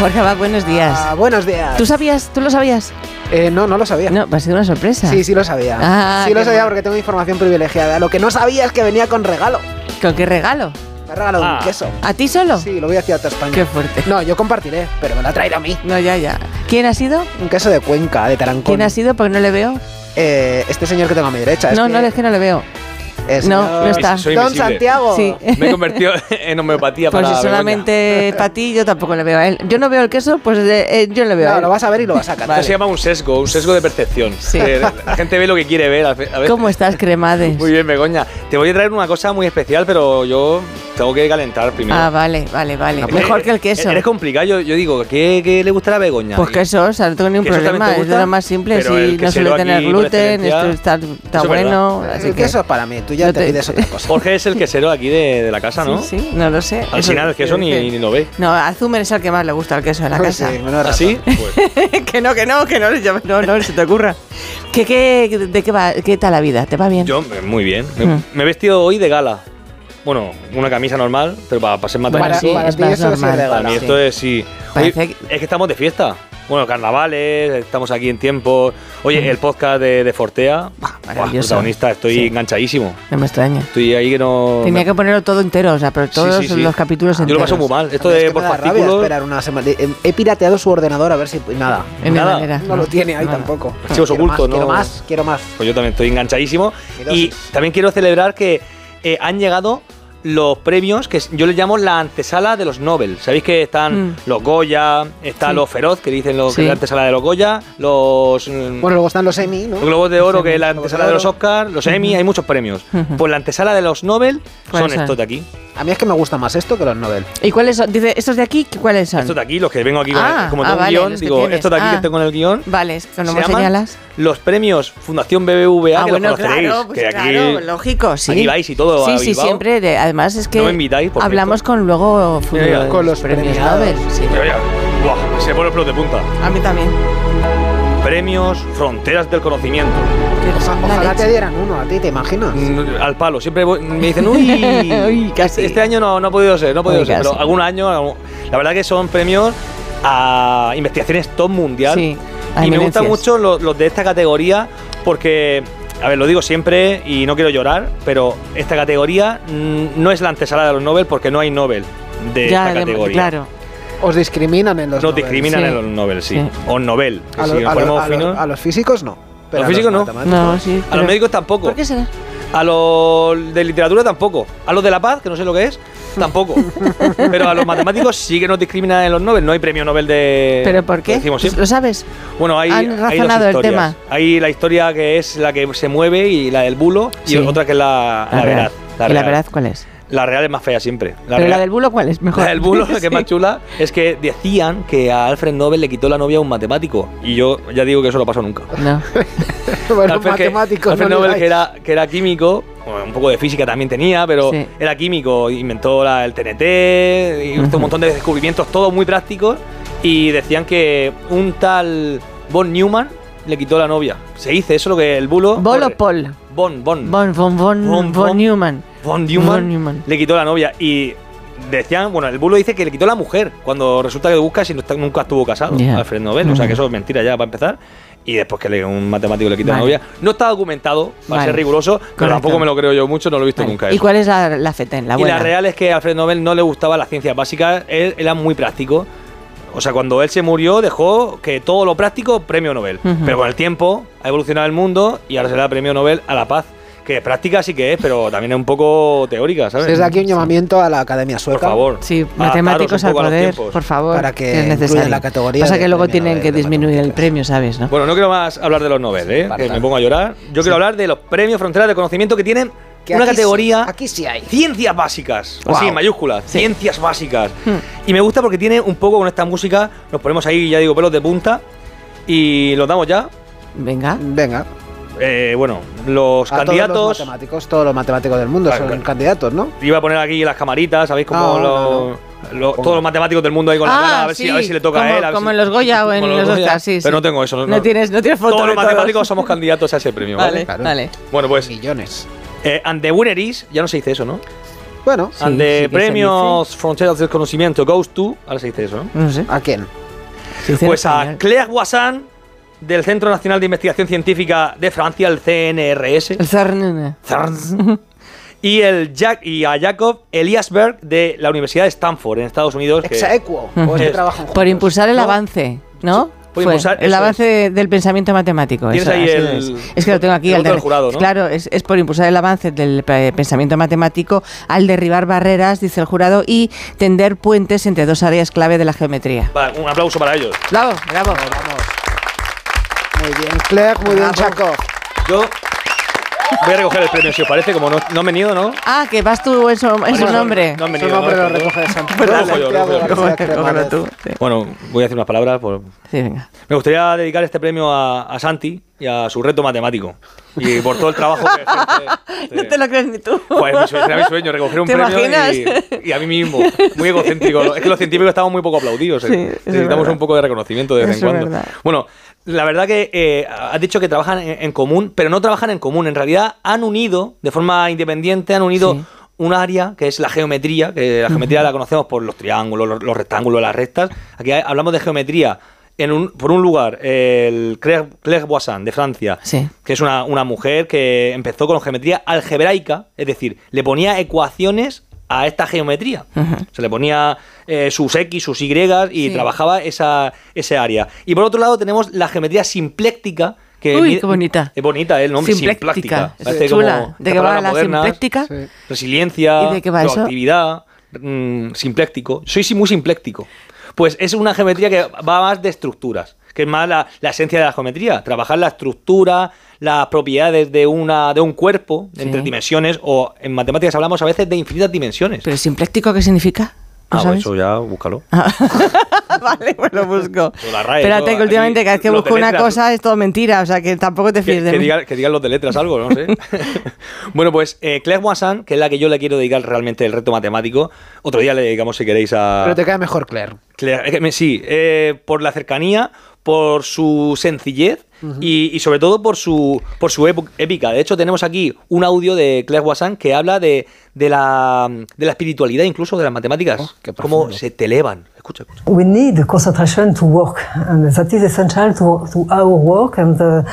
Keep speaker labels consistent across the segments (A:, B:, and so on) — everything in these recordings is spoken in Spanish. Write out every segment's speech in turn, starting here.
A: Jorge Abad, buenos días.
B: Ah, buenos días.
A: ¿Tú sabías? ¿Tú lo sabías?
B: Eh, no, no lo sabía.
A: No, ha sido una sorpresa.
B: Sí, sí lo sabía.
A: Ah,
B: sí lo
A: qué
B: sabía
A: bueno.
B: porque tengo información privilegiada. Lo que no sabía es que venía con regalo.
A: ¿Con qué regalo?
B: Me ha regalado
C: Ah.
B: un queso.
A: ¿A ti solo?
B: Sí, lo voy hacia toda España.
A: Qué fuerte.
B: No, yo compartiré, pero me lo ha traído a mí.
A: No, ya, ya. ¿Quién ha sido?
B: Un queso de Cuenca, de Tarancón.
A: ¿Quién ha sido? Porque no le veo.
B: Eh, este señor que tengo a mi derecha.
A: No,
B: es
A: no,
B: que
A: es que no le veo.
B: el
A: no,
B: señor-
A: no está.
C: Soy
B: Don
C: invisible.
B: Santiago.
A: Sí.
C: Me he convertido en homeopatía
A: Pues
C: para
A: si
C: Begoña.
A: solamente para ti, yo tampoco le veo a él. Yo no veo el queso, pues eh, eh, yo le veo a
B: No,
A: él.
B: lo vas a ver y lo vas a
C: Esto
B: catar.
C: se llama un sesgo, un sesgo de percepción.
A: Sí.
C: Eh, La gente ve lo que quiere ver. A ve- a veces.
A: ¿Cómo estás, cremades?
C: Muy bien, Begoña. Te voy a traer una cosa muy especial, pero yo tengo que calentar primero.
A: Ah, vale, vale, vale.
C: Eh,
A: Mejor
C: eh,
A: que el queso.
C: Eres complicado. Yo, yo digo, ¿qué, qué le gusta a Begoña?
A: Pues
C: Y-
A: queso, o sea, no tengo ningún
C: ¿Queso también
A: problema.
C: te
A: Es de
C: gusta?
A: lo más simple,
C: Pero
A: si
C: el
A: no suele
C: quesero
A: tener
C: aquí, por
A: gluten, esto está,
C: excelencia,
A: está
C: eso es
A: bueno.
C: verdad.
A: Así
B: El
A: que-
B: queso es para mí, tú ya
A: No
B: te,
A: te-
B: pides otra cosa.
C: Jorge es el quesero aquí de, de la casa, ¿no?
A: Sí, sí, no lo sé.
C: Al
A: Eso-
C: final el queso ni, ni lo ve.
A: No, a Zumer es el que más le gusta el queso de la
B: Pues
A: casa.
B: sí, menos razón.
C: ¿Así? Pues,
A: que no, que no, que no, yo- no, no, se te ocurra. ¿Qué, qué, ¿De qué va? ¿Qué tal la vida? ¿Te va bien?
C: yo, eh, muy bien. Me,
A: Mm.
C: me he vestido hoy de gala. Bueno, una camisa normal, pero para, para ser más
A: Bueno,
B: para
A: sí,
B: para
A: es
B: ti
A: más
B: eso es
A: normal.
B: ilegal.
C: Para mí
A: sí.
C: esto es sí. Oye,
A: Parece que-
C: Es que estamos de fiesta. Bueno, carnavales, estamos aquí en tiempo. Oye, el podcast de, de Fortea, buah,
A: Mm. maravilloso.
C: protagonista, estoy enganchadísimo.
A: No me extraña.
C: Estoy ahí que no.
A: Tenía que ponerlo todo entero, o sea, pero
C: Oh, Sí,
A: todos
C: sí, sí.
A: los capítulos
C: Yo lo
A: enteros.
C: paso muy mal. Esto
B: A mí es
C: de
B: que
C: por
B: me da rabia
C: partículos.
B: esperar una semana. Eh, He pirateado su ordenador a ver si. Nada.
A: En
C: Nada.
A: manera.
B: No lo tiene ahí
A: Nada.
B: tampoco.
C: Archivos
B: Quiero
C: ocultos,
B: más,
C: ¿no?
B: Quiero más, quiero más.
C: Pues yo también estoy enganchadísimo.
B: Mi
C: Y
B: dosis.
C: también quiero celebrar que eh, han llegado los premios que yo les llamo la antesala de los Nobel. Sabéis que están
A: Mm.
C: los Goya, está
A: Sí.
C: los Feroz, que dicen los,
A: Sí.
C: que es la antesala de los Goya, los. mm,
B: Bueno, luego están los semi, ¿no?
C: Los Globos de Oro,
A: Los
C: que es la
B: Globos de
C: antesala de los
B: Oro.
C: Oscars, los Emmy, hay muchos premios.
A: Ujú. Ah.
C: Pues la antesala de los Nobel son
A: ¿Cuáles son?
C: estos de aquí.
B: A mí es que me gusta más esto que los Nobel.
A: ¿Y cuáles son? Dice, ¿estos de aquí? ¿Cuáles son?
C: Estos de aquí, los que vengo aquí
A: Ah,
C: con el, como
A: ah,
C: tengo un
A: vale,
C: guión,
A: los que
C: digo,
A: tienes.
C: estos de aquí
A: Ah.
C: que tengo en el guión.
A: Vale, es que no
C: se
A: me
C: llaman
A: señalas.
C: Los premios Fundación BBVA,
A: Ah,
C: que
A: bueno,
C: los conoceréis,
A: claro, pues
C: que aquí
A: claro, lógico, sí.
C: aquí vais y todo a
A: Sí, sí,
C: Bilbao.
A: siempre. de- además es que
C: No me invitáis, por
A: hablamos
C: cierto.
A: con luego futuros
C: Mira,
B: con los
A: premios
B: premiados.
A: Nobel. sí.
C: Pero ya, buah, se pone el pelo de punta.
A: A mí también.
C: Premios Fronteras del Conocimiento.
B: Oja-
A: la
B: Ojalá
A: leche.
B: te dieran uno a ti, ¿te imaginas?
C: Mm, Al palo, siempre voy- me dicen, uy,
A: Uy, casi.
C: este año no, no ha podido ser, no ha podido
A: Uy,
C: ser,
A: casi.
C: pero algún año, algún- la verdad que son premios a investigaciones top mundial.
A: Sí, a
C: Y me
A: eminencias.
C: gustan mucho los, los de esta categoría porque, a ver, lo digo siempre y no quiero llorar, pero esta categoría mm, no es la antesala de los Nobel porque no hay Nobel de
A: Ya,
C: esta
A: de-
C: categoría.
A: claro.
B: Os discriminan en los
C: Nos
B: Nobel.
C: discriminan
A: Sí.
C: en los Nobel, sí.
A: Sí.
C: O Nobel. que
B: A,
C: si
B: los-
C: nos
B: a los-
C: ponemos
B: a los-
C: finos.
B: a los físicos no. Pero
C: Los físicos no.
B: matemáticos-
A: No, sí.
C: Pues, A los
A: pero-
C: médicos tampoco.
A: ¿Por qué será?
C: A los de literatura tampoco. A los de la paz, que no sé lo que es, tampoco. Pero a los matemáticos sí que nos discriminan en los Nobel. No hay premio Nobel de.
A: ¿Pero por qué?
C: lo decimos
A: ¿Lo
C: siempre.
A: sabes?
C: Bueno, hay,
A: han
C: hay
A: razonado
C: dos
A: el
C: historias.
A: tema.
C: Hay la historia que es la que se mueve y la del bulo,
A: Sí.
C: y otra que es la, la
A: verdad.
C: veraz. La
A: ¿Y la
C: veraz.
A: verdad cuál es?
C: La real es más fea siempre. La
A: ¿Pero
C: real-
A: la del bulo cuál es? Mejor.
C: la del bulo, la que
A: Sí.
C: es más chula, es que decían que a Alfred Nobel le quitó la novia a un matemático. Y yo ya digo que eso no pasó nunca.
A: No.
B: Bueno,
C: Alfred, que-
B: matemáticos
C: Alfred
B: no
C: Nobel,
B: ligáis.
C: que era, que era químico, bueno, un poco de física también tenía, pero
A: Sí.
C: era químico, inventó la- el TNT, y hizo
A: Ujú.
C: un montón de descubrimientos, todos muy prácticos, y decían que un tal Von Neumann le quitó la novia. Se dice eso lo que el bulo...
A: Bol o
C: corre.
A: Paul.
C: Von, Von.
A: Von, von, von, von,
C: pues. Von- von-
A: Newman.
C: Von Neumann,
A: Von Neumann.
C: le quitó la novia y decían, bueno, el bulo dice que le quitó la mujer cuando resulta que busca si no está- nunca estuvo casado,
A: Ya. Mm.
C: Alfred Nobel, o sea que eso es mentira ya para empezar. Y después que le- un matemático le quita
A: Vale.
C: la novia. No está documentado, para
A: Vale.
C: ser riguroso, pero
A: Correcto.
C: tampoco me lo creo yo mucho, no lo he visto
A: Vale.
C: nunca.
A: ¿Y
C: eso.
A: cuál es la, la fetén? La
C: Y
A: buena.
C: la real es que a Alfred Nobel no le gustaba las ciencias básicas, él era muy práctico. O sea, cuando él se murió dejó que todo lo práctico premio Nobel.
A: Ujú.
C: Pero con el tiempo ha evolucionado el mundo y ahora se le da premio Nobel a la paz. Que práctica sí que es, pero también es un poco teórica, ¿sabes?
B: Desde aquí un llamamiento a la Academia
C: Por
B: Sueca.
C: favor.
A: Sí,
C: adaptaros
A: matemáticos
C: un
A: al
C: poco a los
A: poder,
C: tiempos.
A: por favor.
B: Para que
A: es
B: incluyan
A: necesario.
B: la categoría
A: Pasa que
B: del
A: luego
B: premio
A: tienen
B: Nobel
A: que
B: de
A: disminuir el
B: matemáticas.
A: premio, ¿sabes? ¿no?
C: Bueno, no quiero más hablar de los Nobel, ¿eh?
B: Basta.
C: que me pongo a llorar. Yo quiero hablar de los premios Fronteras de Conocimiento que tienen
B: Que
C: una
B: aquí sí-
C: categoría
B: aquí sí hay.
C: Ciencias básicas.
B: Wow.
C: Así, en mayúsculas.
A: Sí.
C: Ciencias básicas.
A: Hmm.
C: Y me gusta porque tiene un poco con esta música, nos ponemos ahí, ya digo, pelos de punta. Y los damos ya.
A: Venga.
B: Venga.
C: Eh, bueno, los
B: a Todos los
C: candidatos.
B: matemáticos, todos los matemáticos del mundo
C: Vale,
B: son
C: claro.
B: candidatos, ¿no?
C: iba a poner aquí las camaritas, ¿sabéis
B: No,
C: cómo
B: no,
C: los- los- todos los matemáticos del mundo ahí con la cara? A ver, si, a ver si le toca
A: Ah, como,
C: a él. a ver
A: Como
C: si-
A: en los Goya o en
C: como
A: los
C: Goya.
A: Oscars, sí, sí.
C: Pero no tengo eso. No,
A: No tienes, no tienes foto
C: Todos
A: de
C: los matemáticos somos candidatos a ese premio, ¿vale?
A: Vale,
B: Claro.
A: vale.
C: Bueno, pues
B: Millones.
C: Eh, and the winner is, ya no se dice eso, ¿no?
B: Bueno,
A: Sí,
C: And the
A: sí que se
C: premios Fronteras del Conocimiento goes to. Ahora se dice eso, ¿no?
A: No sé.
B: ¿a quién?
A: se dice en
C: Pues a
A: español.
C: Claire Wassan del Centro Nacional de Investigación Científica de Francia, el CNRS.
A: El zarnene.
C: Zarns. Y, el Jack, y a Jacob Eliasberg de la Universidad de Stanford, en Estados Unidos. que-
B: Exaequo. O es que
C: Es-
B: trabajan
A: Por
B: juntos.
A: impulsar el
B: No,
A: avance, ¿no?
C: por
A: Fue
C: impulsar-
A: el
C: eso
A: avance del pensamiento matemático.
C: Tienes
A: eso,
C: ahí
A: así
C: el-
A: es. Es que lo tengo aquí.
C: el
A: al
C: voto
A: de-
C: del jurado, ¿no?
A: Claro, es, es por impulsar el avance del eh, pensamiento matemático al derribar barreras, dice el jurado, y tender puentes entre dos áreas clave de la geometría.
C: Va, un aplauso para ellos.
A: Bravo, bravo.
B: Vamos. Muy bien, Claire, muy bien,
A: Bravo.
B: Chaco.
C: Yo voy a recoger el premio, si os parece, como no, no me he venido, ¿no?
A: Ah, que vas tú en su, en su
C: Bueno,
A: nombre.
C: No han
B: Su
C: venido.
B: nombre
C: ¿no?
B: lo recoge de Santiago.
C: Pues dale, yo, yo, yo.
B: García Cremades.
C: Bueno, voy a decir unas palabras. por-
A: Sí, venga.
C: Me gustaría dedicar este premio a, a Santi y a su reto matemático. Y por todo el trabajo que...
A: No te lo crees ni tú.
C: Pues mi sueño, era mi sueño, recoger un
A: ¿Te
C: premio
A: imaginas?
C: y, y a mí mismo. Muy egocéntrico. Es que los científicos estamos muy poco aplaudidos. eh.
A: Sí, eso es
C: Necesitamos
A: verdad.
C: un poco de reconocimiento de vez
A: Eso
C: en
A: es
C: cuando.
A: verdad.
C: Bueno, la verdad que eh, has dicho que trabajan en, en común, pero no trabajan en común. En realidad han unido, de forma independiente, han unido...
A: Sí.
C: Un área que es la geometría, que la geometría la conocemos por los triángulos, los, los rectángulos, las rectas. Aquí hay- hablamos de geometría. En un, por un lugar, el Claire, Claire Boissin, de Francia,
A: Sí.
C: que es una, una mujer que empezó con geometría algebraica, es decir, le ponía ecuaciones a esta geometría.
A: Ujú.
C: Se le ponía eh, sus X, sus Y y
A: Sí.
C: trabajaba esa, ese área. Y por otro lado tenemos la geometría simpléctica. Que
A: Uy,
C: mide-
A: qué bonita.
C: Es bonita ¿eh? el nombre, simpléctica.
A: Simpléctica.
C: Parece
A: Chula.
C: como
A: ¿De qué va
C: palabras
A: la
C: modernas,
A: simpléctica?
B: Sí.
C: Resiliencia,
A: ¿Y de qué va eso?
C: proactividad, mm, simpléctico. Soy sí, muy simpléctico. Pues es una geometría que va más de estructuras, que es más la, la esencia de la geometría. Trabajar la estructura, las propiedades de, una, de un cuerpo
A: Sí.
C: entre dimensiones, o en matemáticas hablamos a veces de infinitas dimensiones.
A: ¿Pero simpléctico qué significa? ¿No
C: ah,
A: sabes? Ah,
C: eso ya, búscalo.
A: vale, pues lo busco.
C: Lo la RAE,
A: Espérate,
C: todo,
A: que últimamente
C: aquí
A: cada vez que
C: lo
A: busco una
C: deletreas.
A: cosa es todo mentira, o sea que tampoco te
C: Que,
A: fíes de
C: que
A: mí.
C: diga- que digan los de letras algo, no sé. bueno, pues eh, Claire Moissan, que es la que yo le quiero dedicar realmente el reto matemático, otro día le dedicamos, si queréis, a...
B: Pero te cae mejor Claire.
C: Claro, es que me- sí, eh, por la cercanía, por su sencillez y, y sobre todo por su, por su épo- épica. De hecho, tenemos aquí un audio de Claire Wassan que habla de, de la, de la espiritualidad, incluso de las matemáticas,
B: Oh, qué
C: cómo
B: profundo.
C: se te elevan. Escucha, escucha.
D: We need concentration to work, and that is essential to, to our work. And uh,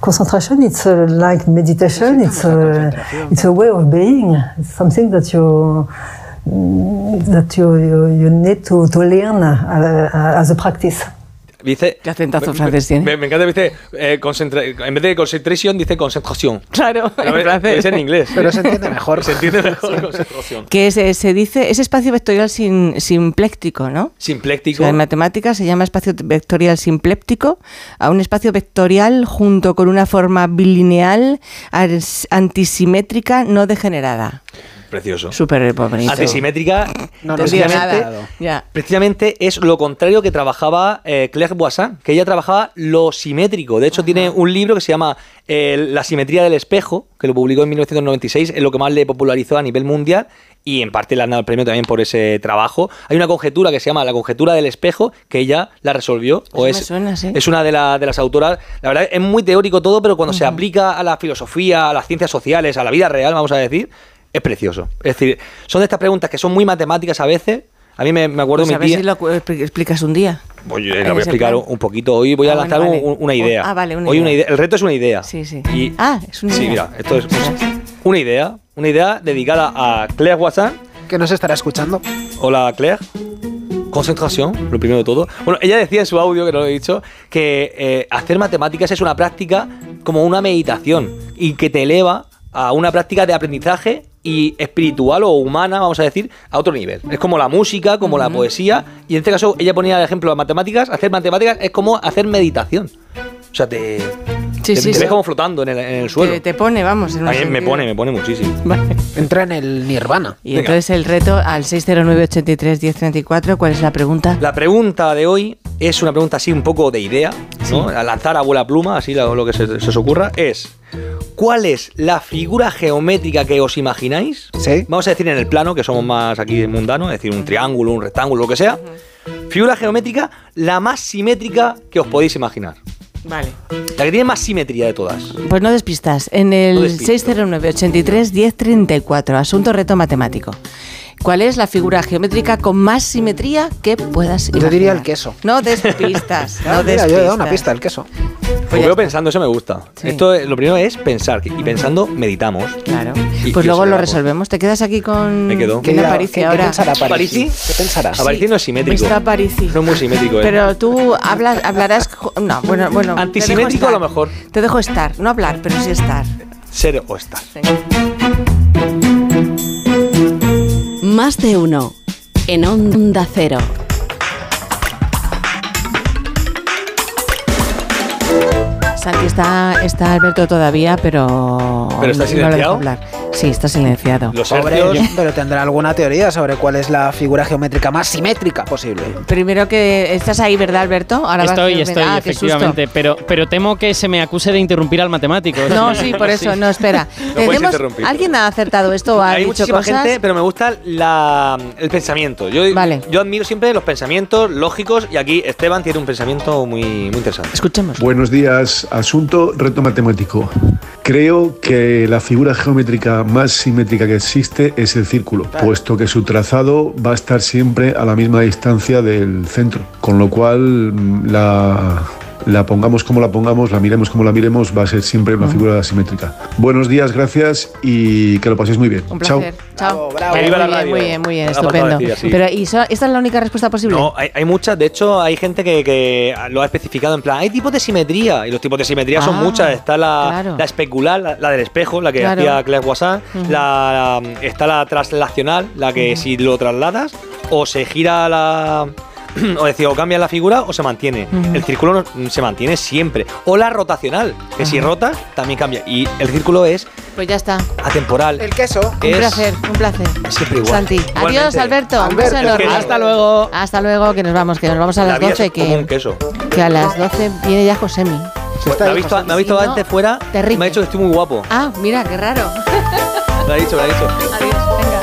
D: concentration, it's uh, like meditation. It's a, it's a way of being. It's something that you mm, that you you, you need to, to learn uh, as a practice.
C: Dice,
A: Qué acentazo
C: me-
A: francés tiene.
C: Me, me encanta, dice, eh, concentra- en vez de concentration, dice concentración.
A: Claro,
C: Pero
A: en
C: es-
A: francés.
C: Es en inglés.
B: Pero se entiende mejor.
C: Se entiende mejor concentración.
A: Que se, se dice, es espacio vectorial sin, simpléctico, ¿no? O
C: Simpléctico.
A: sea, en matemáticas se llama espacio vectorial simpléptico a un espacio vectorial junto con una forma bilineal ars- antisimétrica no degenerada.
C: Precioso.
A: Súper bonito.
C: Antisimétrica.
B: No, no,
A: No diga
C: precisamente-
A: nada. Ya.
C: Precisamente es lo contrario que trabajaba eh, Claire Boissin, que ella trabajaba lo simétrico. De hecho, tiene un libro que se llama eh, La simetría del espejo, que lo publicó en 1996, es lo que más le popularizó a nivel mundial y en parte le han dado el premio también por ese trabajo. Hay una conjetura que se llama la conjetura del espejo, que ella la resolvió.
A: Eso
C: O
A: me
C: es,
A: suena, sí.
C: es una de, la- de las autoras. La verdad, es muy teórico todo, pero cuando se aplica a la filosofía, a las ciencias sociales, a la vida real, vamos a decir, es precioso. Es decir, son de estas preguntas que son muy matemáticas a veces. A mí me, me acuerdo
A: Pues a
C: mi
A: ver
C: tía.
A: si lo cu- expli- explicas un día.
C: Voy, eh, la
A: Ese
C: voy a explicar
A: plan.
C: un poquito. Hoy voy a
A: Ah,
C: lanzar
A: bueno,
C: un-
A: vale.
C: una idea.
A: Un- ah, vale, una
C: Hoy
A: idea.
C: El reto es una idea.
A: Sí, sí.
C: Y-
A: Ah, es una
C: Sí,
A: idea.
C: mira, esto es una idea. Una idea dedicada a Claire Watson.
B: Que nos estará escuchando.
C: Hola, Claire. Concentración, lo primero de todo. Bueno, ella decía en su audio, que no lo he dicho, que eh, hacer matemáticas es una práctica como una meditación y que te eleva a una práctica de aprendizaje y espiritual o humana, vamos a decir, a otro nivel. Es como la música, como la poesía, y en este caso ella ponía el ejemplo de matemáticas, hacer matemáticas es como hacer meditación. O sea, te,
A: Sí,
C: te-
A: sí,
C: te
A: sí.
C: ves como flotando en el, en el suelo.
A: Te, te pone, vamos. en un
C: a mí me
A: sentido.
C: pone, me pone muchísimo.
A: Vale.
B: Entra en el Nirvana.
A: Y
C: Venga.
A: entonces el reto al 609-83-1034, ¿cuál es la pregunta?
C: La pregunta de hoy es una pregunta así un poco de idea, ¿no? A lanzar a vuela pluma, así lo, lo que se, se os ocurra, es ¿cuál es la figura geométrica que os imagináis?
B: Sí.
C: Vamos a decir en el plano, que somos más aquí mundanos, es decir, un triángulo, un rectángulo, lo que sea. Figura geométrica la más simétrica que os podéis imaginar.
A: Vale.
C: La que tiene más simetría de todas.
A: Pues no despistas. En el
C: No despisto.
A: 609-83-1034, asunto reto matemático. ¿Cuál es la figura geométrica con más simetría que puedas imaginar?
B: Yo diría el queso.
A: No despistas. no
B: Ah, mira, yo he dado una
A: despistas.
B: pista, el queso.
C: Lo veo pensando, eso me gusta.
A: Sí.
C: Esto, eh, lo primero es pensar, y pensando meditamos.
A: Claro.
C: Y-
A: Pues
C: y
A: luego
C: eso
A: lo
C: da
A: resolvemos. ¿Te quedas aquí con
C: Me quedo.
A: con
B: dirá-
A: Aparicio
B: qué- qué
A: ahora?
B: pensará Aparici?
C: ¿Aparici?
B: ¿Qué pensará?
C: Sí. Aparece no es simétrico.
E: Está Parisi.
C: No es muy simétrico, ¿eh?
A: Pero tú hablas, hablarás. jo- No, bueno, bueno. te dejo
C: Antisimétrico a
A: estar.
C: lo mejor.
A: Te dejo estar, no hablar, pero sí estar.
C: Ser o estar.
A: Venga.
F: Más de uno. En Onda Cero.
A: Santi está, está Alberto todavía, pero.
C: ¿Pero está
A: no lo
C: silenciado?
A: dejo hablar. Sí, está silenciado.
C: Los
B: Pobre,
C: hercios,
B: yo- pero tendrá alguna teoría sobre cuál es la figura geométrica más simétrica posible.
A: Primero que estás ahí, ¿verdad, Alberto? Ahora vas-
G: Estoy, estoy,
A: Ah, qué susto.
G: efectivamente, pero, pero temo que se me acuse de interrumpir al matemático.
A: No, sí, por eso, no, espera.
C: puedes
A: Tenemos-
C: interrumpir.
A: ¿Alguien ha acertado esto o ha
C: Hay
A: dicho
C: muchísima
A: cosas?
C: gente, pero me gusta la- el pensamiento. Yo,
A: Vale.
C: yo admiro siempre los pensamientos lógicos y aquí Esteban tiene un pensamiento muy, muy interesante.
A: Escuchemos.
H: Buenos días, asunto reto matemático. Creo que la figura geométrica más simétrica que existe es el círculo, puesto que su trazado va a estar siempre a la misma distancia del centro, con lo cual mm, la, la pongamos como la pongamos, la miremos como la miremos, va a ser siempre una figura simétrica. Buenos días, gracias y que lo paséis muy bien.
A: Un
H: Chao.
A: placer. Chao.
B: Bravo, bravo.
A: Muy,
C: Viva la
A: bien,
C: radio.
A: muy bien, muy bien,
C: Ha faltado
A: estupendo.
C: decir así.
A: Pero ¿y so- esta es la única respuesta posible?
C: No, hay, hay muchas. De hecho, hay gente que, que lo ha especificado en plan, hay tipos de simetría. Y los tipos de simetría son
A: Ah,
C: muchas. Está la,
A: claro.
C: la especular, la, la del espejo, la que
A: Claro.
C: hacía Claire Wassan. la, está la traslacional, la que si lo trasladas, o se gira la. O decir, o cambia la figura o se mantiene. El círculo no- mm, se mantiene siempre. O la rotacional, que si rotas, también cambia. Y el círculo es
A: Pues ya está.
C: atemporal.
B: El queso.
A: Un
C: es
A: placer, un placer.
C: Siempre igual.
A: Santi. Adiós,
C: Igualmente.
A: Alberto. Un beso
B: Alberto,
A: enorme.
C: que-
B: Hasta luego.
A: Hasta luego, que nos vamos, que nos vamos a
C: La
A: las
C: vida es
A: 12,
C: como un
A: que,
C: queso.
A: que a las 12 viene ya Josemi.
B: Se está
C: me ha
B: ahí,
C: visto,
B: José.
C: me ha visto
A: Si no,
C: antes fuera.
A: terrible.
C: Me ha dicho que estoy muy guapo.
A: Ah, mira, qué raro.
C: Lo ha dicho, lo ha dicho.
A: Adiós, venga.